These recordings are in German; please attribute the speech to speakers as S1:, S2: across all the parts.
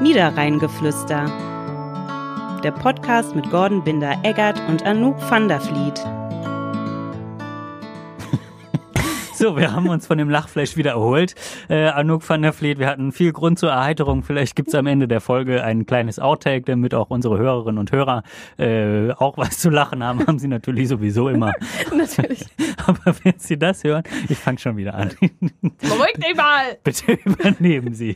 S1: Niederrheingeflüster. Der Podcast mit Gordon Binder-Eggert und Anouk van der Vliet.
S2: So, wir haben uns von dem Lachflash wieder erholt. Äh, Anouk van der Vliet, wir hatten viel Grund zur Erheiterung. Vielleicht gibt's am Ende der Folge ein kleines Outtake, damit auch unsere Hörerinnen und Hörer äh, auch was zu lachen haben. Haben sie natürlich sowieso immer.
S3: Natürlich.
S2: Aber wenn sie das hören, ich fange schon wieder an.
S3: Beruhigt dich mal!
S2: Bitte übernehmen Sie.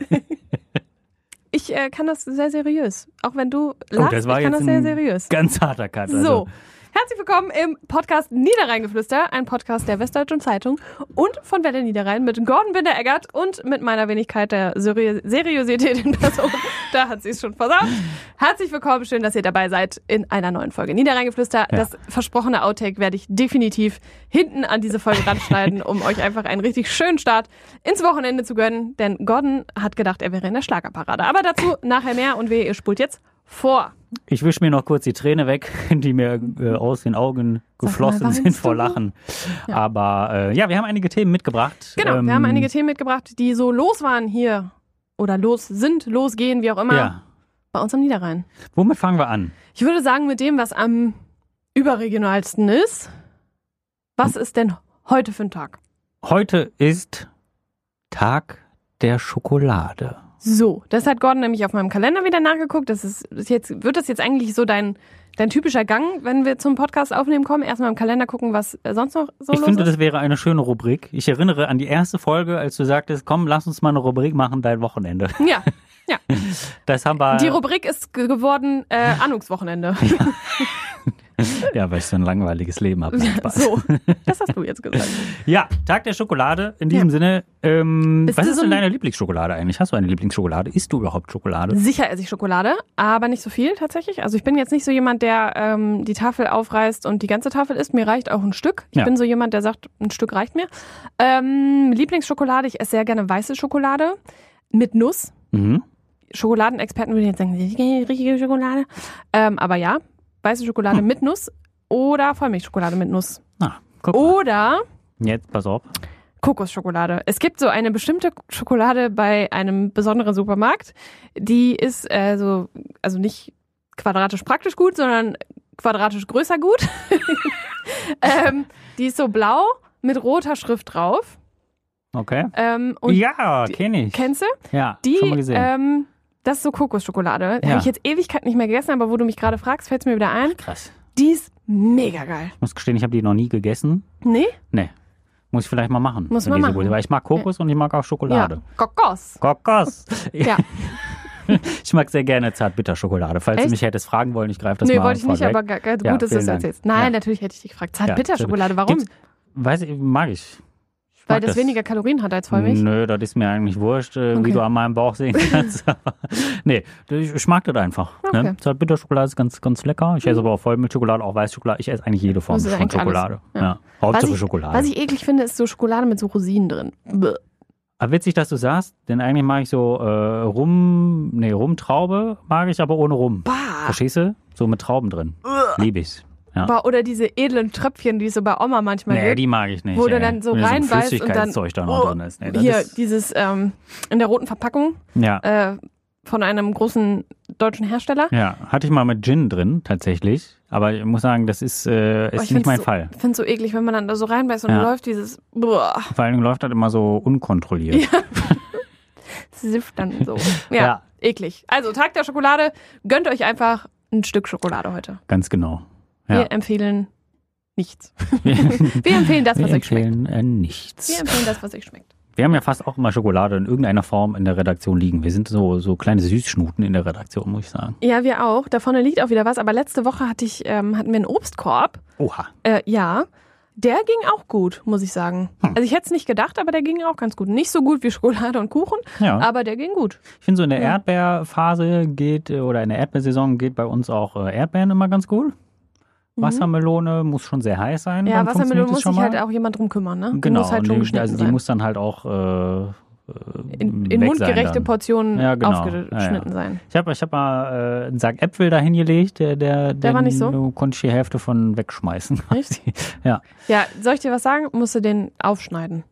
S3: Ich äh, kann das sehr seriös. Auch wenn du
S2: Oh,
S3: lachst,
S2: das war
S3: ich kann
S2: jetzt
S3: das sehr
S2: ein
S3: seriös.
S2: ganz harter Cut. Also,
S3: So. Herzlich willkommen im Podcast Niederrheingeflüster, ein Podcast der Westdeutschen Zeitung und von Welle Niederrhein mit Gordon Binder-Eggert und mit meiner Wenigkeit der Seri Seriosität in Person. da hat sie es schon versaut. Herzlich willkommen, schön, dass ihr dabei seid in einer neuen Folge Niederrheingeflüster. Das versprochene Outtake werde ich definitiv hinten an diese Folge ranschneiden, um euch einfach einen richtig schönen Start ins Wochenende zu gönnen, denn Gordon hat gedacht, er wäre in der Schlagerparade. Aber dazu nachher mehr und wehe, ihr spult jetzt vor.
S2: Ich wische mir noch kurz die Träne weg, die mir äh, aus den Augen geflossen
S3: weinst
S2: sind vor
S3: du?
S2: Lachen. Aber äh, ja, wir haben einige Themen mitgebracht.
S3: Genau,
S2: Ähm,
S3: wir haben einige Themen mitgebracht, die so los waren hier. Oder los sind, losgehen, wie auch immer,
S2: Ja.
S3: bei uns am Niederrhein.
S2: Womit fangen wir an?
S3: Ich würde sagen, mit dem, was am überregionalsten ist, was ist denn heute für ein Tag?
S2: Heute ist Tag der Schokolade.
S3: So, das hat Gordon nämlich auf meinem Kalender wieder nachgeguckt. Das ist ist jetzt, wird das jetzt eigentlich so dein, dein typischer Gang, wenn wir zum Podcast aufnehmen kommen? Erstmal im Kalender gucken, was äh, sonst noch so
S2: ich
S3: los
S2: finde,
S3: ist.
S2: das wäre eine schöne Rubrik. Ich erinnere an die erste Folge, als du sagtest, komm, lass uns mal eine Rubrik machen, dein Wochenende.
S3: Ja,
S2: Das haben wir.
S3: die Rubrik ist ge- geworden äh, Ahnungs Wochenende.
S2: ja, weil ich so ein langweiliges Leben habe. Nein, Spaß.
S3: so, das hast du jetzt gesagt.
S2: Ja, Tag der Schokolade. In diesem
S3: Ja.
S2: Sinne, ähm,
S3: Bist
S2: was
S3: du
S2: ist
S3: so
S2: denn
S3: ein-
S2: deine Lieblingsschokolade eigentlich? Hast du eine Lieblingsschokolade? Isst du überhaupt Schokolade?
S3: Sicher esse ich Schokolade, aber nicht so viel tatsächlich. Also ich bin jetzt nicht so jemand, der ähm, die Tafel aufreißt und die ganze Tafel isst. Mir reicht auch ein Stück. Ich
S2: Ja.
S3: bin so jemand, der sagt, ein Stück reicht mir. Ähm, Lieblingsschokolade, ich esse sehr gerne weiße Schokolade mit Nuss.
S2: Mhm.
S3: Schokoladenexperten würden jetzt sagen, das ist keine richtige Schokolade. Ähm, aber ja, weiße Schokolade
S2: Hm.
S3: mit Nuss oder Vollmilchschokolade mit Nuss.
S2: Na, guck.
S3: Oh.
S2: mal.
S3: Oder
S2: Jetzt, pass auf.
S3: Kokosschokolade. Es gibt so eine bestimmte Schokolade bei einem besonderen Supermarkt, die ist äh, so, also nicht quadratisch praktisch gut, sondern quadratisch größer gut. ähm, die ist so blau mit roter Schrift drauf.
S2: Okay.
S3: Ähm, und
S2: ja, kenne ich.
S3: kennst du?
S2: ja,
S3: Die,
S2: schon mal gesehen.
S3: ähm, das ist so Kokosschokolade.
S2: Ja.
S3: Habe ich jetzt Ewigkeit nicht mehr gegessen, aber wo du mich gerade fragst, fällt es mir wieder ein.
S2: Krass.
S3: Die ist mega geil.
S2: Ich muss gestehen, ich habe die noch nie gegessen.
S3: Nee?
S2: Nee. Muss ich vielleicht mal machen.
S3: Muss
S2: wenn
S3: man
S2: die so
S3: machen.
S2: gut ist. Weil ich mag Kokos und ich mag auch Schokolade.
S3: Ja. Kokos.
S2: Kokos.
S3: Ja.
S2: Ich mag sehr gerne Zartbitterschokolade. Falls du
S3: Echt?
S2: mich hättest fragen wollen, ich greife das
S3: nee,
S2: mal
S3: wollte ich nicht,
S2: vorweg.
S3: aber ge- ge- gut,
S2: Ja,
S3: dass du
S2: vielen
S3: es
S2: Dank.
S3: erzählst. Nein,
S2: Ja.
S3: natürlich hätte ich dich gefragt.
S2: Ja,
S3: Zartbitterschokolade, warum?
S2: Gibt's- Weiß ich, mag ich. ich
S3: Weil
S2: mag
S3: das, weniger Kalorien hat als Vollmilch.
S2: Nö, das ist mir eigentlich wurscht, äh, wie
S3: Okay.
S2: du an meinem Bauch sehen kannst. Aber nee, ich, ich mag das einfach. Ne?
S3: Okay. Mhm.
S2: Zartbitterschokolade ist ganz, ganz lecker. Ich esse aber auch Vollmilchschokolade, auch Weißschokolade. Ich esse eigentlich jede Form
S3: Das ist
S2: von
S3: eigentlich alles.
S2: Schokolade.
S3: Ja.
S2: Ja. Hauptsache
S3: ich-
S2: Schokolade.
S3: Was ich eklig finde, ist so Schokolade mit so Rosinen drin. Bäh.
S2: Aber witzig, dass du sagst, denn eigentlich mag ich so äh, Rum, nee, Rumtraube mag ich, aber ohne Rum.
S3: Bah.
S2: Verstehst du? So mit Trauben drin. Lieb ich's. Ja.
S3: Bah, Oder diese edlen Tröpfchen, die es so bei Oma manchmal
S2: Nee,
S3: gibt.
S2: die mag ich nicht.
S3: Wo du
S2: ey.
S3: dann so
S2: Wenn
S3: reinbeißt und dann-
S2: Flüssigkeitszeug da noch
S3: Oh,
S2: drin ist. Nee, das
S3: Hier,
S2: ist
S3: dieses ähm, in der roten Verpackung
S2: ja.
S3: äh, von einem großen deutschen Hersteller.
S2: ja, hatte ich mal mit Gin drin, tatsächlich. Aber ich muss sagen, das ist, äh,
S3: Oh,
S2: ist nicht
S3: ich find's
S2: mein
S3: so-
S2: Fall.
S3: Ich finde es so eklig, wenn man dann da so reinbeißt und
S2: Ja.
S3: läuft dieses boah,
S2: Vor allen Dingen läuft das immer so unkontrolliert.
S3: Sift dann so. Ja,
S2: Ja.
S3: eklig. Also Tag der Schokolade, gönnt euch einfach ein Stück Schokolade heute.
S2: Ganz genau.
S3: Wir
S2: Ja.
S3: empfehlen nichts.
S2: Wir,
S3: Wir empfehlen das, was euch schmeckt.
S2: empfehlen äh,
S3: Wir
S2: nichts.
S3: empfehlen das, was euch schmeckt.
S2: Wir haben ja fast auch immer Schokolade in irgendeiner Form in der Redaktion liegen. Wir sind so, so kleine Süßschnuten in der Redaktion, muss ich sagen.
S3: Ja, wir auch. Da vorne liegt auch wieder was. Aber letzte Woche hatte ich, ähm, hatten wir einen Obstkorb.
S2: Oha.
S3: Äh, ja, der ging auch gut, muss ich sagen.
S2: Hm.
S3: Also ich hätte es nicht gedacht, aber der ging auch ganz gut. Nicht so gut wie Schokolade und Kuchen,
S2: Ja.
S3: aber der ging gut.
S2: Ich finde so in der
S3: Ja.
S2: Erdbeerphase geht äh, oder in der Erdbeersaison geht bei uns auch äh, Erdbeeren immer ganz gut. Wassermelone muss schon sehr heiß sein.
S3: Mhm. Ja,
S2: dann funktioniert
S3: Wassermelone
S2: das
S3: muss
S2: schon
S3: sich
S2: mal.
S3: halt auch jemand drum kümmern, ne? Die
S2: genau,
S3: muss halt
S2: und
S3: schon
S2: die,
S3: geschnitten
S2: also die
S3: sein.
S2: muss dann halt auch äh, äh,
S3: in
S2: weg
S3: in
S2: sein
S3: mundgerechte
S2: dann.
S3: Portionen
S2: Ja, genau.
S3: aufgeschnitten sein.
S2: Ich habe ich hab mal äh, einen Sack Äpfel da hingelegt, der, der,
S3: Der war
S2: den
S3: nicht so?
S2: Du konntest die Hälfte von wegschmeißen.
S3: Echt?
S2: ja.
S3: Ja, soll ich dir was sagen? Musst du den aufschneiden.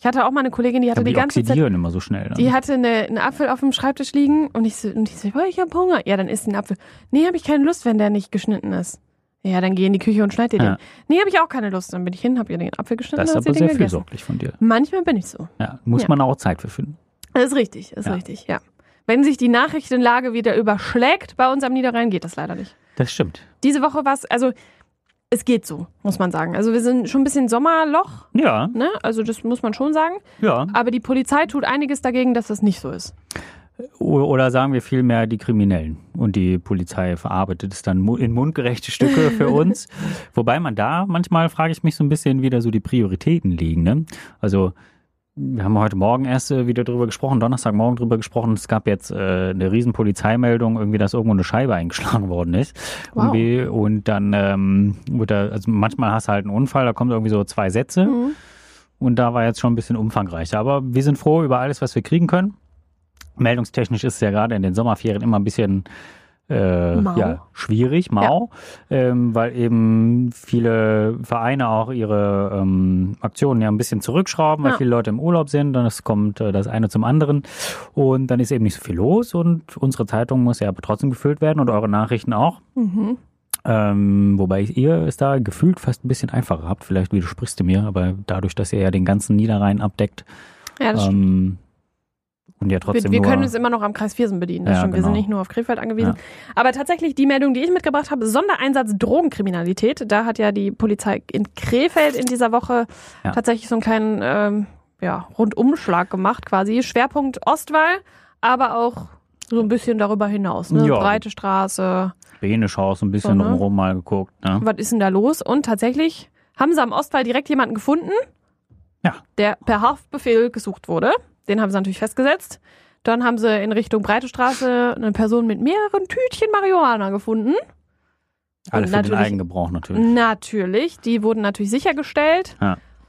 S3: Ich hatte auch mal eine Kollegin, Also die hatte
S2: Aber
S3: die
S2: die
S3: ganze Zeit
S2: oxidieren immer so schnell. Dann.
S3: Die hatte eine, einen Apfel auf dem Schreibtisch liegen und ich so, und ich, so oh, ich habe Hunger. Ja, dann isst den Apfel. Nee, habe ich keine Lust, wenn der nicht geschnitten ist. Ja, dann geh in die Küche und schneid dir
S2: Ja.
S3: den. Nee, habe ich auch keine Lust. Dann bin ich hin, habe ihr den Apfel geschnitten
S2: das ist
S3: und
S2: aber
S3: hat sie den
S2: sehr
S3: gegessen.
S2: fürsorglich von dir.
S3: Manchmal bin ich so.
S2: Ja, muss
S3: Ja.
S2: man auch Zeit für finden.
S3: Das ist richtig, ist
S2: Ja.
S3: richtig, ja. Wenn sich die Nachrichtenlage wieder überschlägt bei uns am Niederrhein, geht das leider nicht.
S2: Das stimmt.
S3: Diese Woche war es, also es geht so, muss man sagen. Also wir sind schon ein bisschen Sommerloch,
S2: Ja,
S3: ne? Also das muss man schon sagen.
S2: ja.
S3: Aber die Polizei tut einiges dagegen, dass das nicht so ist.
S2: O- Oder sagen wir vielmehr die Kriminellen. Und die Polizei verarbeitet es dann mu- in mundgerechte Stücke für uns. Wobei man da manchmal, frage ich mich so ein bisschen, wieder so die Prioritäten liegen. Ne? Also wir haben heute Morgen erst äh, wieder drüber gesprochen, Donnerstagmorgen drüber gesprochen. Es gab jetzt äh, eine riesen Polizeimeldung, irgendwie, dass irgendwo eine Scheibe eingeschlagen worden ist.
S3: Wow.
S2: Irgendwie. Und dann ähm, wird da, also manchmal hast du halt einen Unfall, da kommen irgendwie so zwei Sätze. Und da war jetzt schon ein bisschen umfangreicher. Aber wir sind froh über alles, was wir kriegen können. Meldungstechnisch ist es ja gerade in den Sommerferien immer ein bisschen äh,
S3: Mau.
S2: ja, schwierig, mau, ähm, weil eben viele Vereine auch ihre ähm, Aktionen ja ein bisschen zurückschrauben, weil
S3: Ja.
S2: viele Leute im Urlaub sind, dann es kommt äh, das eine zum anderen und dann ist eben nicht so viel los und unsere Zeitung muss ja aber trotzdem gefüllt werden und eure Nachrichten auch.
S3: Mhm.
S2: Ähm, wobei ihr es da gefühlt fast ein bisschen einfacher habt, vielleicht widersprichst du mir, aber dadurch, dass ihr ja den ganzen Niederrhein abdeckt
S3: Ja, Ah, das
S2: ähm, und ja trotzdem
S3: wir, wir
S2: nur
S3: können uns immer noch am Kreis Viersen bedienen. Das
S2: Ja,
S3: stimmt. Wir sind
S2: genau.
S3: nicht nur auf Krefeld angewiesen. Aber tatsächlich die Meldung, die ich mitgebracht habe, Sondereinsatz Drogenkriminalität. Da hat ja die Polizei in Krefeld in dieser Woche
S2: Ja.
S3: tatsächlich so einen kleinen ähm, ja, Rundumschlag gemacht quasi. Schwerpunkt Ostwall, aber auch so ein bisschen darüber hinaus. Ne?
S2: Ja.
S3: Breite Straße.
S2: Benischhaus ein bisschen
S3: So, ne?
S2: rumrum mal geguckt. Ne?
S3: Was ist denn da los? Und tatsächlich haben sie am Ostwall direkt jemanden gefunden,
S2: Ja.
S3: der per Haftbefehl gesucht wurde. Den haben sie natürlich festgesetzt. Dann haben sie in Richtung Breite Straße eine Person mit mehreren Tütchen Marihuana gefunden.
S2: Alle für den
S3: natürlich- Mhm.
S2: Eigengebrauch natürlich.
S3: Natürlich, die wurden natürlich sichergestellt.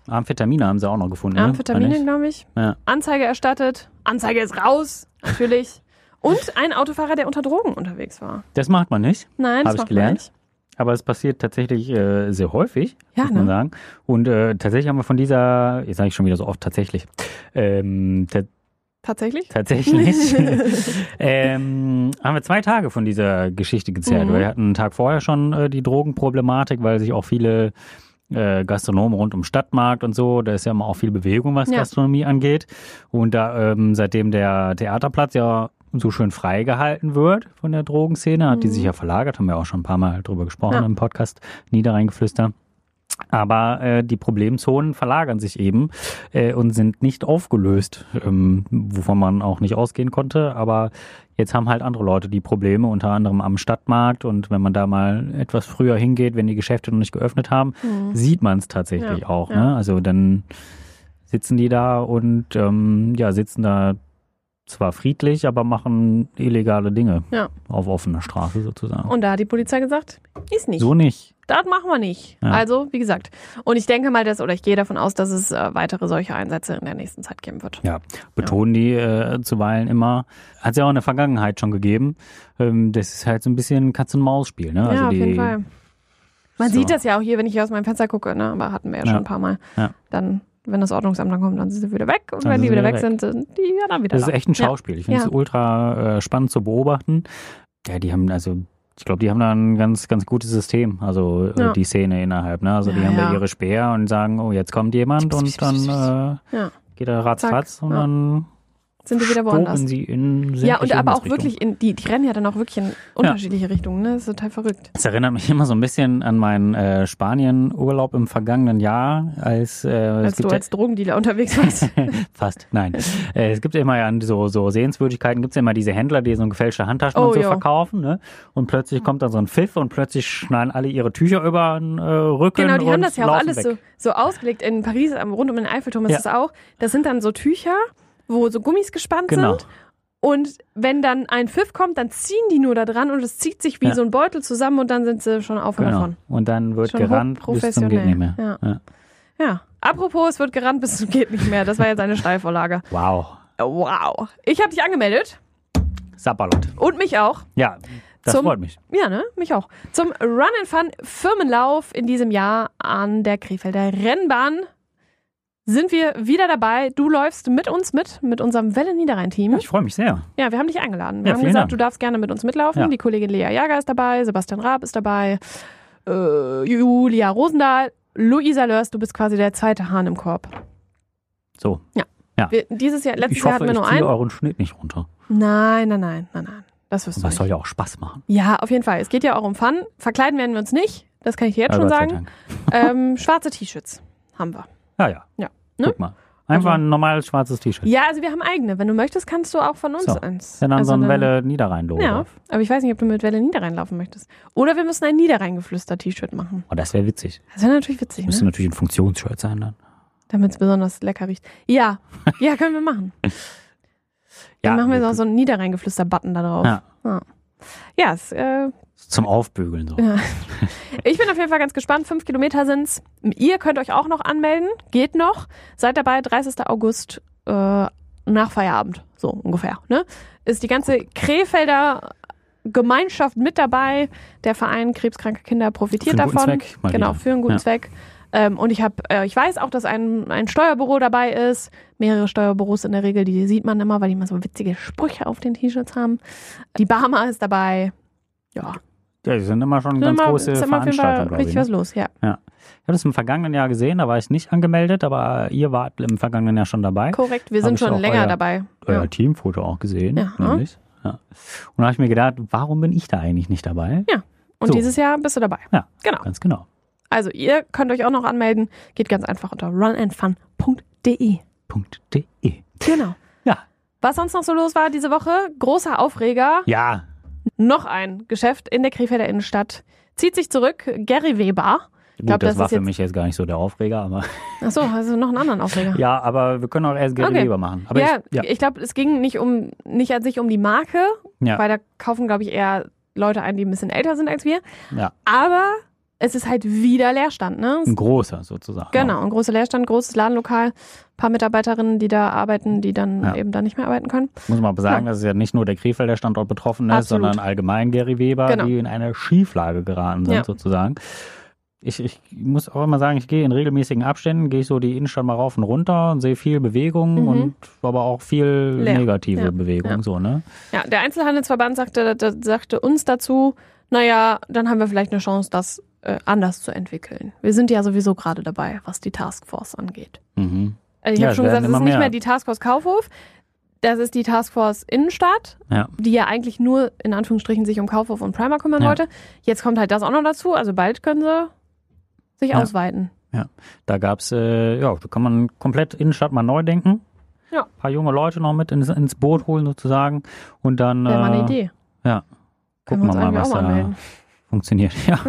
S2: Amphetamine haben sie auch noch gefunden. ne? Fand
S3: Amphetamine,
S2: ich.
S3: glaube ich.
S2: Ja.
S3: Anzeige erstattet. Anzeige ist raus, natürlich. Und ein Autofahrer, der unter Drogen unterwegs war.
S2: Das macht man nicht, Hab ich
S3: Nein, das macht man
S2: gelernt.
S3: nicht.
S2: aber es passiert tatsächlich äh, sehr häufig,
S3: Ja,
S2: muss man
S3: ne?
S2: sagen. Und äh, tatsächlich haben wir von dieser, jetzt sage ich schon wieder so oft tatsächlich, ähm, ta-
S3: Tatsächlich?
S2: tatsächlich, ähm, haben wir zwei Tage von dieser Geschichte gezählt.
S3: Mhm.
S2: Wir hatten einen Tag vorher schon äh, die Drogenproblematik, weil sich auch viele äh, Gastronomen rund um Stadtmarkt und so, da ist ja immer auch viel Bewegung, was
S3: Ja.
S2: Gastronomie angeht. Und da ähm, seitdem der Theaterplatz ja so schön freigehalten wird von der Drogenszene, hat die sich ja verlagert, haben wir auch schon ein paar Mal drüber gesprochen
S3: Mhm. Ja.
S2: im Podcast Niederreingeflüster. Aber äh, die Problemzonen verlagern sich eben äh, und sind nicht aufgelöst, ähm, wovon man auch nicht ausgehen konnte. Aber jetzt haben halt andere Leute die Probleme, unter anderem am Stadtmarkt. Und wenn man da mal etwas früher hingeht, wenn die Geschäfte noch nicht geöffnet haben, sieht man es tatsächlich
S3: Mhm. Ja,
S2: auch.
S3: ja.
S2: Ne? Also dann sitzen die da und ähm, ja, sitzen da zwar friedlich, aber machen illegale Dinge
S3: Ja.
S2: auf offener Straße sozusagen.
S3: Und da hat die Polizei gesagt, ist nicht.
S2: so nicht.
S3: Das machen wir nicht.
S2: Ja.
S3: Also, wie gesagt. Und ich denke mal, dass, oder ich gehe davon aus, dass es äh, weitere solche Einsätze in der nächsten Zeit geben wird.
S2: Ja, betonen die äh, zuweilen immer. Hat es ja auch in der Vergangenheit schon gegeben. Ähm, das ist halt so ein bisschen ein Katz-und-Maus-Spiel. Ne? also
S3: ja, auf
S2: die,
S3: jeden Fall. Man
S2: So.
S3: sieht das ja auch hier, wenn ich hier aus meinem Fenster gucke, ne? aber hatten wir ja,
S2: Ja.
S3: schon ein paar Mal.
S2: Ja.
S3: Dann, wenn das Ordnungsamt dann kommt, dann sind sie wieder weg. Und
S2: Dann
S3: wenn
S2: sind
S3: die
S2: sie
S3: wieder
S2: wieder
S3: weg, sind, sind die ja dann wieder
S2: Das ist
S3: da.
S2: echt ein Schauspiel. Ich finde es
S3: Ja.
S2: ultra äh, spannend zu beobachten. Ja, die haben also. Ich glaube, die haben da ein ganz, ganz gutes System, also äh,
S3: Ja.
S2: die Szene innerhalb. Ne? Also die
S3: Ja,
S2: haben
S3: ja.
S2: da ihre Speer und sagen, oh, jetzt kommt jemand und dann äh,
S3: Ja.
S2: geht er
S3: Zack.
S2: ratzfatz und
S3: Ja.
S2: dann
S3: sind sie wieder woanders.
S2: stoben sie in
S3: Ja, und
S2: sämtliche
S3: aber auch
S2: Himmelsrichtungen.
S3: wirklich, in, die, die rennen ja dann auch wirklich in unterschiedliche Richtungen. Ne? Das ist total verrückt.
S2: Das erinnert mich immer so ein bisschen an meinen äh, Spanien-Urlaub im vergangenen Jahr, als, äh,
S3: Als
S2: es
S3: du
S2: gibt ja-
S3: als Drogendealer unterwegs warst.
S2: Fast, nein. Äh, es gibt ja immer ja so, so Sehenswürdigkeiten, gibt es ja immer diese Händler, die so gefälschte Handtaschen
S3: Oh, Mhm.
S2: und so
S3: jo.
S2: verkaufen. Ne? Und plötzlich kommt dann so ein Pfiff und plötzlich schneiden alle ihre Tücher über den äh, Rücken.
S3: Genau, die
S2: und
S3: haben das ja auch
S2: laufen
S3: alles
S2: weg.
S3: so, so ausgelegt. In Paris, am- rund um den Eiffelturm ist
S2: Ja.
S3: das auch. Das sind dann so Tücher, wo so Gummis gespannt
S2: Genau.
S3: sind. Und wenn dann ein Pfiff kommt, dann ziehen die nur da dran und es zieht sich wie
S2: Ja.
S3: so ein Beutel zusammen und dann sind sie schon auf und
S2: Genau.
S3: davon.
S2: Und dann wird
S3: Schon
S2: gerannt bis zum geht
S3: hochprofessionell.
S2: nicht mehr.
S3: Ja. Ja. Apropos, es wird gerannt bis es geht nicht mehr. Das war jetzt eine Steilvorlage.
S2: Wow,
S3: Wow. Ich habe dich angemeldet
S2: Sapperlot.
S3: und mich auch.
S2: Ja, das
S3: Zum-
S2: freut mich.
S3: Ja, ne? Mich auch. Zum Run and Fun Firmenlauf in diesem Jahr an der Krefelder Rennbahn. sind wir wieder dabei. Du läufst mit uns mit, mit unserem Welle Niederrhein-Team.
S2: Ich freue mich sehr.
S3: Ja, wir haben dich eingeladen. Wir
S2: Ja,
S3: haben
S2: vielen
S3: gesagt,
S2: Dank.
S3: du darfst gerne mit uns mitlaufen.
S2: Ja.
S3: Die Kollegin Lea Jager ist dabei, Sebastian Raab ist dabei, äh, Julia Rosendahl, Luisa Lörs, du bist quasi der zweite Hahn im Korb.
S2: So,
S3: Wir, dieses Jahr,
S2: ich
S3: letztes
S2: hoffe,
S3: Jahr hatten wir
S2: ich
S3: nur
S2: ziehe
S3: einen.
S2: euren Schnitt nicht runter.
S3: Nein, nein, nein, nein, nein. Das wirst
S2: Und
S3: du
S2: das soll
S3: nicht.
S2: ja auch Spaß machen.
S3: Ja, auf jeden Fall. Es geht ja auch um Fun. Verkleiden werden wir uns nicht. Das kann ich dir jetzt
S2: Ja,
S3: schon
S2: Gott sei
S3: sagen.
S2: Dank.
S3: Ähm, schwarze T-Shirts haben wir.
S2: Ja, ja.
S3: Ja, ne?
S2: Guck mal. Einfach
S3: Also-
S2: ein normales schwarzes T-Shirt.
S3: Ja, also wir haben eigene. Wenn du möchtest, kannst du auch von uns
S2: So.
S3: eins.
S2: Wenn dann
S3: also
S2: so ein Welle Niederrhein-Logo
S3: Ja,
S2: drauf.
S3: aber ich weiß nicht, ob du mit Welle Niederrhein laufen möchtest. Oder wir müssen ein Niederrheingeflüster-T-Shirt machen.
S2: Oh, das wäre witzig.
S3: Das wäre natürlich witzig,
S2: Müsste
S3: ne?
S2: natürlich ein Funktionsshirt sein dann.
S3: Damit es besonders lecker riecht. Ja, ja, können wir machen. Dann machen wir
S2: äh,
S3: noch so einen Niederrheingeflüster-Button da drauf.
S2: Ja.
S3: Ja, ja es, äh,
S2: Zum Aufbügeln so.
S3: Ja. Ich bin auf jeden Fall ganz gespannt. Fünf Kilometer sind's. Ihr könnt euch auch noch anmelden. Geht noch. Seid dabei, 30. August äh, nach Feierabend. So ungefähr. Ne? Ist die ganze Krefelder Gemeinschaft mit dabei. Der Verein Krebskranke Kinder profitiert
S2: Für einen guten
S3: davon.
S2: Zweck, mal
S3: genau,
S2: wieder.
S3: für einen guten
S2: Ja.
S3: Zweck. Ähm, und ich habe, äh, ich weiß auch, dass ein, ein Steuerbüro dabei ist. Mehrere Steuerbüros in der Regel, die sieht man immer, weil die immer so witzige Sprüche auf den T-Shirts haben. Die Barmer ist dabei. Ja.
S2: Ja, die sind immer schon
S3: Ist
S2: ganz
S3: immer-
S2: große
S3: ist immer auf jeden Fall
S2: Veranstaltungen, glaube ich.
S3: richtig
S2: Ne?
S3: was los, ja.
S2: Ich habe das im vergangenen Jahr gesehen, da war ich nicht angemeldet, aber ihr wart im vergangenen Jahr schon dabei.
S3: Korrekt, wir
S2: Hab
S3: sind
S2: ich
S3: schon
S2: auch
S3: länger
S2: euer-
S3: dabei.
S2: Euer
S3: Ja.
S2: Teamfoto auch gesehen,
S3: Ja.
S2: nämlich. Ja. Und da habe ich mir gedacht, warum bin ich da eigentlich nicht dabei?
S3: Und
S2: So.
S3: dieses Jahr bist du dabei.
S2: Ja.
S3: Genau.
S2: Ganz genau.
S3: Also ihr könnt euch auch noch anmelden. Geht ganz einfach unter runandfun.de.
S2: .de.
S3: Genau.
S2: Ja.
S3: Was sonst noch so los war diese Woche? Großer Aufreger.
S2: Ja,
S3: Noch ein Geschäft in der Krefelder Innenstadt. Zieht sich zurück. Gary Weber.
S2: gut,
S3: glaub,
S2: das,
S3: das
S2: war
S3: ist
S2: für
S3: jetzt-
S2: mich jetzt gar nicht so der Aufreger, aber
S3: Achso, also noch einen anderen Aufreger.
S2: ja, aber wir können auch erst Gary
S3: Okay.
S2: Weber machen. Aber
S3: ja,
S2: ich, ja,
S3: ich glaube, es ging nicht um nicht an sich um die Marke,
S2: Ja.
S3: weil da kaufen, glaube ich, eher Leute ein, die ein bisschen älter sind als wir.
S2: Ja.
S3: Aber es ist halt wieder Leerstand, ne?
S2: ein großer sozusagen.
S3: Genau, ein großer Leerstand, großes Ladenlokal, paar Mitarbeiterinnen, die da arbeiten, die dann
S2: Ja.
S3: eben da nicht mehr arbeiten können.
S2: Muss man aber sagen, dass es ja nicht nur der Krefelder Standort betroffen ist,
S3: Absolut.
S2: sondern allgemein Gary Weber,
S3: Genau.
S2: die in eine Schieflage geraten sind
S3: Ja.
S2: sozusagen. Ich, ich muss auch immer sagen, ich gehe in regelmäßigen Abständen, gehe ich so die Innenstadt mal rauf und runter und sehe viel Bewegung
S3: Mhm.
S2: und aber auch viel
S3: Leer.
S2: negative
S3: Ja.
S2: Bewegung.
S3: Ja.
S2: So, ne?
S3: Ja, der Einzelhandelsverband sagte, da- sagte uns dazu, naja, dann haben wir vielleicht eine Chance, das äh, anders zu entwickeln. Wir sind ja sowieso gerade dabei, was die Taskforce angeht.
S2: mhm.
S3: Also ich
S2: Ja,
S3: habe
S2: es werden
S3: schon gesagt, es
S2: immer
S3: ist nicht
S2: mehr.
S3: mehr die Taskforce Kaufhof, das ist die Taskforce Innenstadt,
S2: Ja.
S3: die ja eigentlich nur in Anführungsstrichen sich um Kaufhof und Primer kümmern
S2: Ja.
S3: wollte. Jetzt kommt halt das auch noch dazu, also bald können sie sich
S2: Ja.
S3: ausweiten.
S2: Da gab's, äh, ja, da kann man komplett Innenstadt mal neu denken.
S3: Ja.
S2: Ein paar junge Leute noch mit ins, ins Boot holen sozusagen und dann
S3: Wäre mal eine
S2: äh,
S3: Idee.
S2: ja.
S3: Können
S2: gucken
S3: wir uns
S2: wir mal,
S3: eigentlich
S2: was
S3: auch mal
S2: da
S3: anmelden.
S2: funktioniert. Ja.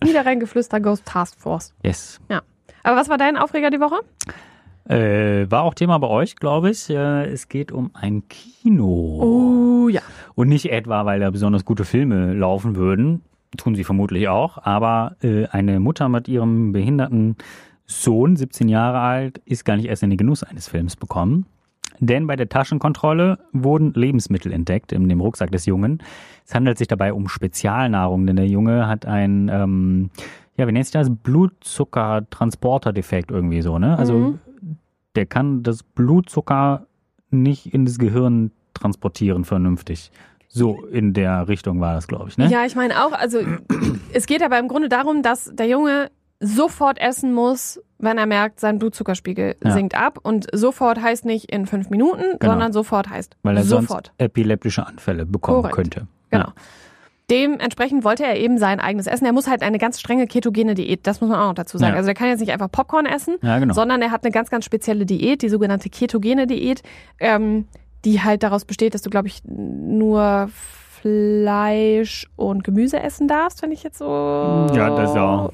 S3: Das Niederrheingeflüster Ghost Task Force.
S2: Yes.
S3: Aber was war dein Aufreger die Woche?
S2: Äh, war auch Thema bei euch, glaube ich. Äh, es geht um ein Kino.
S3: Oh ja.
S2: Und nicht etwa, weil da besonders gute Filme laufen würden. Tun sie vermutlich auch. Aber äh, eine Mutter mit ihrem behinderten Sohn, 17 Jahre alt, ist gar nicht erst in den Genuss eines Films bekommen. Denn bei der Taschenkontrolle wurden Lebensmittel entdeckt in dem Rucksack des Jungen. Es handelt sich dabei um Spezialnahrung, denn der Junge hat ein, ähm, ja, wie nennt sich das? Blutzuckertransporterdefekt irgendwie so, ne? Also
S3: Mhm.
S2: der kann das Blutzucker nicht in das Gehirn transportieren vernünftig. So in der Richtung war das, glaube ich, ne?
S3: Ja, ich meine auch, also es geht aber im Grunde darum, dass der Junge sofort essen muss, wenn er merkt, sein Blutzuckerspiegel
S2: Ja.
S3: sinkt ab. Und sofort heißt nicht in fünf Minuten,
S2: Genau.
S3: sondern sofort heißt
S2: Weil er
S3: sofort.
S2: sonst epileptische Anfälle bekommen
S3: Korrekt.
S2: könnte.
S3: Genau.
S2: Ja.
S3: Dementsprechend wollte er eben sein eigenes Essen. Er muss halt eine ganz strenge ketogene Diät, das muss man auch noch dazu sagen.
S2: Ja.
S3: Also der kann jetzt nicht einfach Popcorn essen,
S2: Ja, genau.
S3: sondern er hat eine ganz, ganz spezielle Diät, die sogenannte ketogene Diät, ähm, die halt daraus besteht, dass du, glaube ich, nur Fleisch und Gemüse essen darfst, wenn ich jetzt so
S2: Ja, das ist ja auch-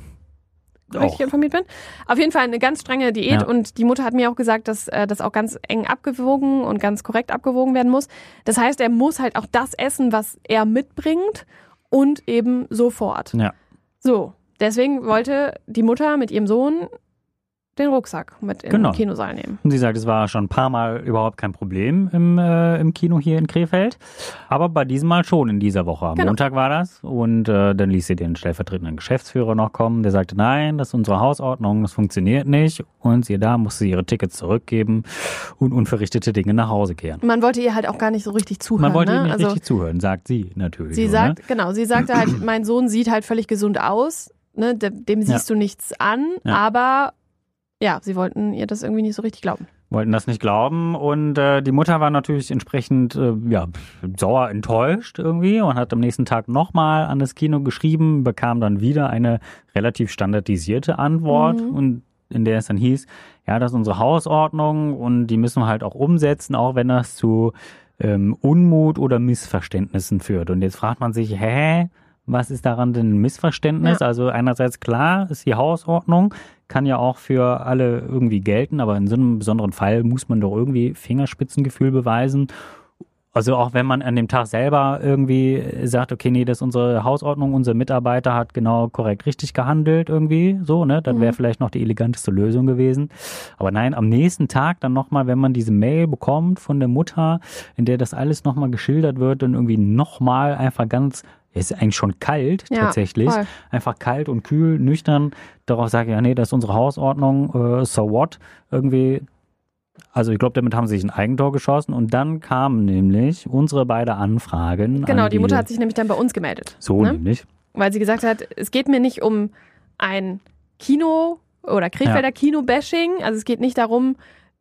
S2: auch.
S3: richtig informiert bin. Auf jeden Fall eine ganz strenge Diät
S2: Ja.
S3: und die Mutter hat mir auch gesagt, dass äh, das auch ganz eng abgewogen und ganz korrekt abgewogen werden muss. Das heißt, er muss halt auch das essen, was er mitbringt und eben sofort.
S2: Ja.
S3: So, deswegen wollte die Mutter mit ihrem Sohn den Rucksack mit in
S2: Genau.
S3: den Kinosaal nehmen.
S2: Und sie sagt, es war schon ein paar Mal überhaupt kein Problem im, äh, im Kino hier in Krefeld. Aber bei diesem Mal schon in dieser Woche. Am
S3: Genau.
S2: Montag war das. Und äh, dann ließ sie den stellvertretenden Geschäftsführer noch kommen. Der sagte, nein, das ist unsere Hausordnung, das funktioniert nicht. Und sie da musste sie ihre Tickets zurückgeben und unverrichtete Dinge nach Hause kehren.
S3: Man wollte ihr halt auch gar nicht so richtig zuhören.
S2: Man wollte
S3: ne?
S2: ihr nicht
S3: also,
S2: richtig zuhören, sagt sie natürlich.
S3: Sie
S2: so,
S3: sagt,
S2: ne?
S3: genau, sie sagte halt, mein Sohn sieht halt völlig gesund aus, ne, de- dem siehst du nichts an,
S2: Ja.
S3: aber ja, sie wollten ihr das irgendwie nicht so richtig glauben.
S2: wollten das nicht glauben. Und äh, die Mutter war natürlich entsprechend äh, ja, sauer enttäuscht irgendwie und hat am nächsten Tag nochmal an das Kino geschrieben, bekam dann wieder eine relativ standardisierte Antwort
S3: Mhm.
S2: und in der es dann hieß, ja, das ist unsere Hausordnung und die müssen wir halt auch umsetzen, auch wenn das zu ähm, Unmut oder Missverständnissen führt. Und jetzt fragt man sich, hä, was ist daran denn ein Missverständnis? Also einerseits klar ist die Hausordnung, kann ja auch für alle irgendwie gelten, aber in so einem besonderen Fall muss man doch irgendwie Fingerspitzengefühl beweisen. Also auch wenn man an dem Tag selber irgendwie äh, sagt, okay, nee, das ist unsere Hausordnung, unser Mitarbeiter hat genau korrekt richtig gehandelt irgendwie, so, ne? Dann wäre
S3: Mhm.
S2: vielleicht noch die eleganteste Lösung gewesen. Aber nein, am nächsten Tag dann nochmal, wenn man diese Mail bekommt von der Mutter, in der das alles nochmal geschildert wird und irgendwie nochmal einfach ganz, es ist eigentlich schon kalt
S3: Ja,
S2: tatsächlich,
S3: voll.
S2: einfach kalt und kühl, nüchtern, darauf sage ich, ja nee, das ist unsere Hausordnung, äh, so what, irgendwie. Also ich glaube, damit haben sie sich ein Eigentor geschossen und dann kamen nämlich unsere beiden Anfragen.
S3: Genau,
S2: an
S3: die Mutter hat sich nämlich dann bei uns gemeldet.
S2: so
S3: ne?
S2: nämlich.
S3: weil sie gesagt hat, es geht mir nicht um ein Kino oder Krefelder Kino-Bashing. Also es geht nicht darum,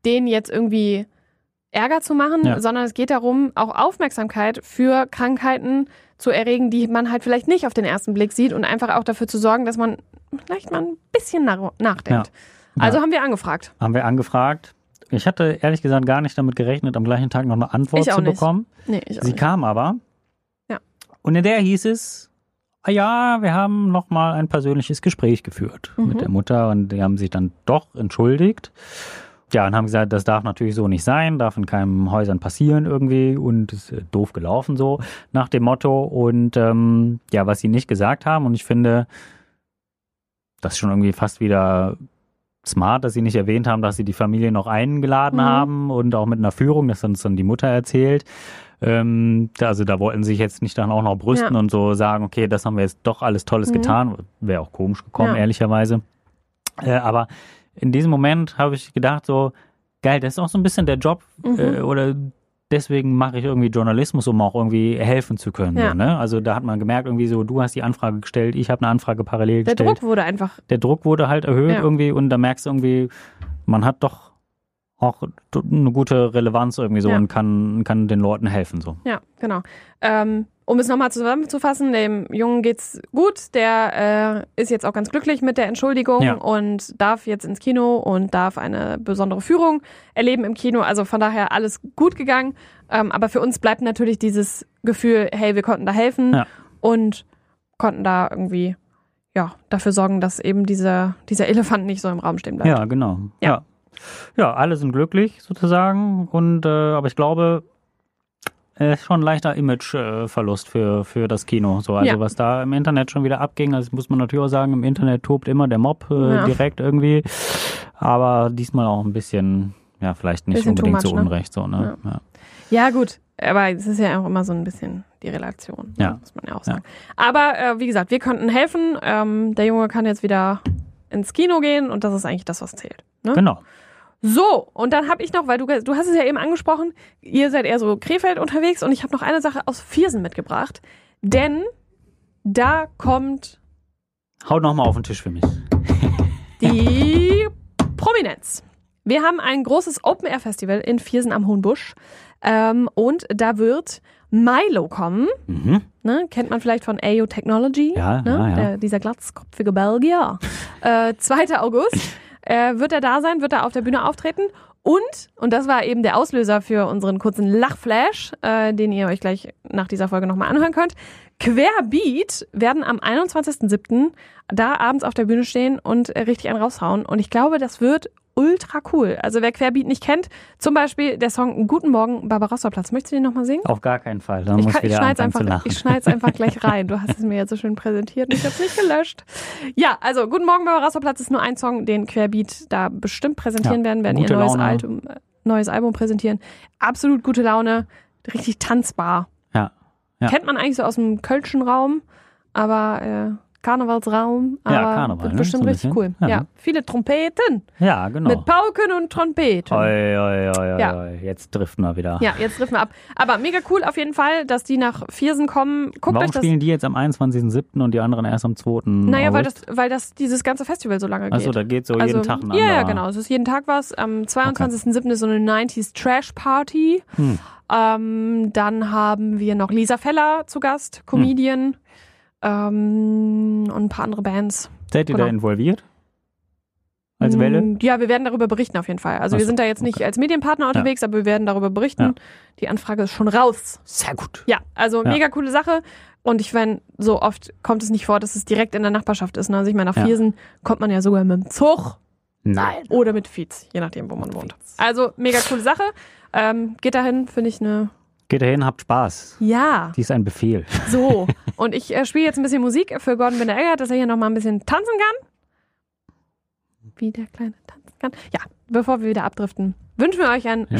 S3: den jetzt irgendwie Ärger zu machen,
S2: Ja.
S3: sondern es geht darum, auch Aufmerksamkeit für Krankheiten zu erregen, die man halt vielleicht nicht auf den ersten Blick sieht und einfach auch dafür zu sorgen, dass man vielleicht mal ein bisschen nach nachdenkt.
S2: Ja.
S3: Also haben wir angefragt.
S2: Haben wir angefragt. Ich hatte ehrlich gesagt gar nicht damit gerechnet, am gleichen Tag noch eine Antwort
S3: Ich auch
S2: zu
S3: nicht.
S2: bekommen.
S3: Nee, ich auch
S2: Sie
S3: nicht.
S2: kam aber.
S3: Ja.
S2: Und in der hieß es, ah ja, wir haben nochmal ein persönliches Gespräch geführt
S3: Mhm.
S2: mit der Mutter und die haben sich dann doch entschuldigt. Ja, und haben gesagt, das darf natürlich so nicht sein, darf in keinem Häusern passieren irgendwie und ist äh, doof gelaufen so nach dem Motto. Und ähm, ja, was sie nicht gesagt haben und ich finde, das ist schon irgendwie fast wieder smart, dass sie nicht erwähnt haben, dass sie die Familie noch eingeladen
S3: Mhm.
S2: haben und auch mit einer Führung, dass uns dann die Mutter erzählt. Ähm, da- also da wollten sie sich jetzt nicht dann auch noch brüsten und so sagen, okay, das haben wir jetzt doch alles Tolles
S3: Mhm.
S2: getan. Wäre auch komisch gekommen,
S3: Ja.
S2: ehrlicherweise. Äh, aber in diesem Moment habe ich gedacht, so, geil, das ist auch so ein bisschen der Job
S3: Mhm.
S2: äh, oder deswegen mache ich irgendwie Journalismus, um auch irgendwie helfen zu können.
S3: Ja.
S2: So, ne? Also da hat man gemerkt, irgendwie so, du hast die Anfrage gestellt, ich habe eine Anfrage parallel
S3: Der
S2: gestellt
S3: Druck wurde einfach.
S2: der Druck wurde halt erhöht
S3: Ja.
S2: irgendwie und da merkst du irgendwie, man hat doch auch eine gute Relevanz irgendwie so
S3: Ja.
S2: und kann, kann den Leuten helfen so.
S3: Ja, genau. Ähm, um es nochmal zusammenzufassen, dem Jungen geht's gut, der äh, ist jetzt auch ganz glücklich mit der Entschuldigung
S2: Ja.
S3: und darf jetzt ins Kino und darf eine besondere Führung erleben im Kino. Also von daher alles gut gegangen. Ähm, aber für uns bleibt natürlich dieses Gefühl, hey, wir konnten da helfen
S2: Ja.
S3: und konnten da irgendwie ja, dafür sorgen, dass eben dieser, dieser Elefant nicht so im Raum stehen bleibt.
S2: Ja, genau.
S3: Ja.
S2: ja. Ja, alle sind glücklich sozusagen und äh, aber ich glaube, äh, es ist schon ein leichter Imageverlust für, für das Kino. So, also
S3: Ja.
S2: was da im Internet schon wieder abging, also muss man natürlich auch sagen, im Internet tobt immer der Mob äh,
S3: Ja.
S2: direkt irgendwie. Aber diesmal auch ein bisschen, ja, vielleicht nicht
S3: Bisschen too
S2: unbedingt
S3: much,
S2: so
S3: ne?
S2: unrecht. So, ne? Ja.
S3: Ja, gut, aber es ist ja auch immer so ein bisschen die Relation,
S2: Ja.
S3: muss man ja auch
S2: Ja.
S3: sagen. Aber äh, wie gesagt, wir konnten helfen. Ähm, der Junge kann jetzt wieder ins Kino gehen und das ist eigentlich das, was zählt. Ne?
S2: Genau.
S3: So, und dann habe ich noch, weil du, ge- du hast es ja eben angesprochen, ihr seid eher so Krefeld unterwegs und ich habe noch eine Sache aus Viersen mitgebracht, denn da kommt
S2: Haut nochmal auf den Tisch für mich.
S3: die Prominenz. Wir haben ein großes Open-Air-Festival in Viersen am Hohen Busch ähm, und da wird Milo kommen.
S2: Mhm.
S3: ne, kennt man vielleicht von AO Technology,
S2: Ja,
S3: ne,
S2: ja, ja.
S3: Der, dieser glatzkopfige Belgier. äh, 2. August äh, wird er da sein, wird er auf der Bühne auftreten und, und das war eben der Auslöser für unseren kurzen Lachflash, äh, den ihr euch gleich nach dieser Folge nochmal anhören könnt, Querbeat werden am 21.07. da abends auf der Bühne stehen und äh, richtig einen raushauen und ich glaube, das wird ultra cool. Also wer Querbeat nicht kennt, zum Beispiel der Song Guten Morgen, Barbarossaplatz. Möchtest du den nochmal singen?
S2: Auf gar keinen Fall. Da
S3: Ich,
S2: muss
S3: kann- ich
S2: wieder
S3: schneide
S2: anfangen zu
S3: einfach,
S2: lachen.
S3: ich schneid's einfach gleich rein. Du hast es mir jetzt so schön präsentiert und ich habe es nicht gelöscht. Ja, also Guten Morgen, Barbarossaplatz ist nur ein Song, den Querbeat da bestimmt präsentieren
S2: Ja,
S3: werden, werden ihr
S2: gute
S3: neues
S2: Laune.
S3: Album, äh, neues Album präsentieren. Absolut gute Laune, richtig tanzbar.
S2: Ja, ja.
S3: Kennt man eigentlich so aus dem Kölschen Raum, aber äh, Karnevalsraum, aber
S2: Ja, Karneval,
S3: wird
S2: ne?
S3: bestimmt
S2: So ein
S3: richtig cool.
S2: bisschen.
S3: Ja.
S2: Ja.
S3: viele Trompeten
S2: Ja, genau.
S3: mit Pauken und Trompeten.
S2: Oi, oi, oi, oi,
S3: Ja.
S2: oi. Jetzt driften wir wieder.
S3: Ja, jetzt riffen wir ab. Aber mega cool auf jeden Fall, dass die nach Viersen kommen. Guckt
S2: Warum
S3: euch das
S2: spielen die jetzt am 21.07. und die anderen erst am 2.
S3: Naja, weil
S2: August?
S3: das, weil das dieses ganze Festival so lange
S2: Achso,
S3: geht.
S2: da geht so jeden Tag ein
S3: Ja, ja,
S2: anderer.
S3: genau. Es ist jeden Tag was. Am 22.07. ist so eine 90s Trash Party.
S2: Hm.
S3: Ähm, dann haben wir noch Lisa Feller zu
S2: Hm.
S3: Gast, Comedian ähm, und ein paar andere Bands.
S2: Seid ihr
S3: Genau.
S2: da involviert? Als Welle?
S3: Mm, Ja, wir werden darüber berichten auf jeden Fall. Also wir
S2: Ach so,
S3: sind da jetzt nicht als Medienpartner unterwegs, aber wir werden darüber berichten.
S2: Ja.
S3: Die Anfrage ist schon raus.
S2: Sehr gut.
S3: Ja, also
S2: Ja.
S3: mega coole Sache. Und ich meine, so oft kommt es nicht vor, dass es direkt in der Nachbarschaft ist. Ne? Also ich meine, nach
S2: Ja.
S3: Viersen kommt man ja sogar mit dem Zug
S2: Nein.
S3: oder mit Fietz, je nachdem, wo man wohnt. Also mega coole Sache. Ähm, geht dahin, finde ich eine.
S2: Geht dahin, habt Spaß.
S3: Ja,
S2: Dies ist ein Befehl.
S3: so. Und ich äh, spiele jetzt ein bisschen Musik für Gordon Binder Eggert, dass er hier nochmal ein bisschen tanzen kann. Wie der Kleine tanzen kann. Ja, bevor wir wieder abdriften, wünschen wir euch ein,
S2: Ein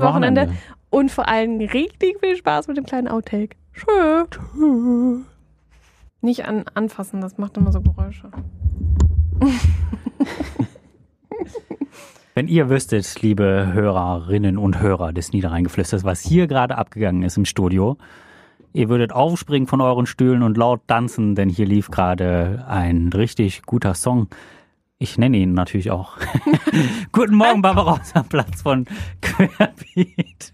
S2: wunderschönes
S3: Wochenende. und vor allem richtig viel Spaß mit dem kleinen Outtake. Tschö. Nicht an, anfassen, das macht immer so Geräusche.
S2: Wenn ihr wüsstet, liebe Hörerinnen und Hörer des Niederrheingeflüsters, was hier gerade abgegangen ist im Studio, ihr würdet aufspringen von euren Stühlen und laut tanzen, denn hier lief gerade ein richtig guter Song. Ich nenne ihn natürlich auch. Guten Morgen, Barbarossa Platz von Querbeat.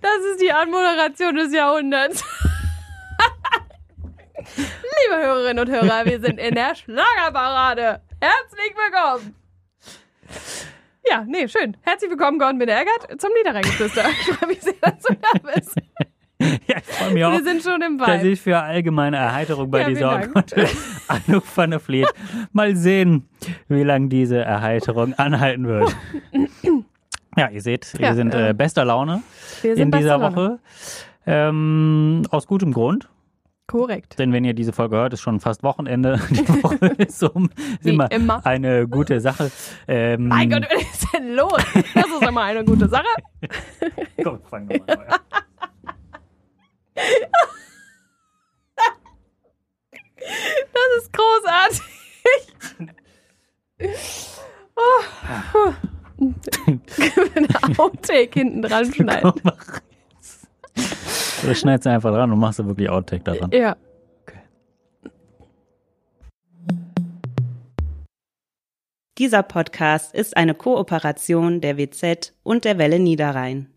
S3: Das ist die Anmoderation des Jahrhunderts. Liebe Hörerinnen und Hörer, wir sind in der Schlagerparade. Herzlich willkommen. Ja, nee, schön. Herzlich willkommen, Gordon Binder-Eggert, zum Niederrheingeflüster. Ich freue mich sehr, dass du da bist.
S2: Ja, ich freue mich auch.
S3: Wir sind schon im
S2: dass
S3: Wald.
S2: ich für allgemeine Erheiterung bei
S3: Ja, vielen
S2: dieser
S3: Dank.
S2: Akkorde Anouk van der Vliet. Mal sehen, wie lange diese Erheiterung anhalten wird. Ja, ihr seht, wir
S3: Ja,
S2: sind
S3: äh,
S2: äh, bester Laune
S3: Wir sind
S2: in
S3: bei
S2: dieser
S3: Salon.
S2: Woche. Ähm, aus gutem Grund,
S3: Korrekt.
S2: denn wenn ihr diese Folge hört, ist schon fast Wochenende. Die Woche ist um. Ist
S3: Wie
S2: immer,
S3: immer.
S2: eine gute Sache. Ähm,
S3: Mein Gott, was ist denn los? Das ist immer eine gute Sache.
S2: Komm, fang doch mal an.
S3: Das ist großartig. Oh. Puh. Eine Outtake hinten dran schneiden.
S2: Mach jetzt. Oder schneidest du einfach dran und machst du wirklich Outtake daran.
S3: Ja.
S1: Dieser Podcast ist eine Kooperation der WZ und der Welle Niederrhein.